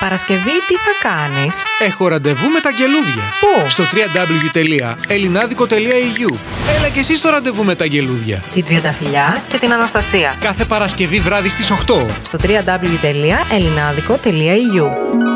Παρασκευή τι θα κάνεις. Έχω ραντεβού με τα γελούδια. Πού? Στο www.ελληνάδικο.eu Έλα και εσύ στο ραντεβού με τα γελούδια. Την Τριανταφυλιά και την Αναστασία. Κάθε Παρασκευή βράδυ στις 8. Στο www.ellinadico.eu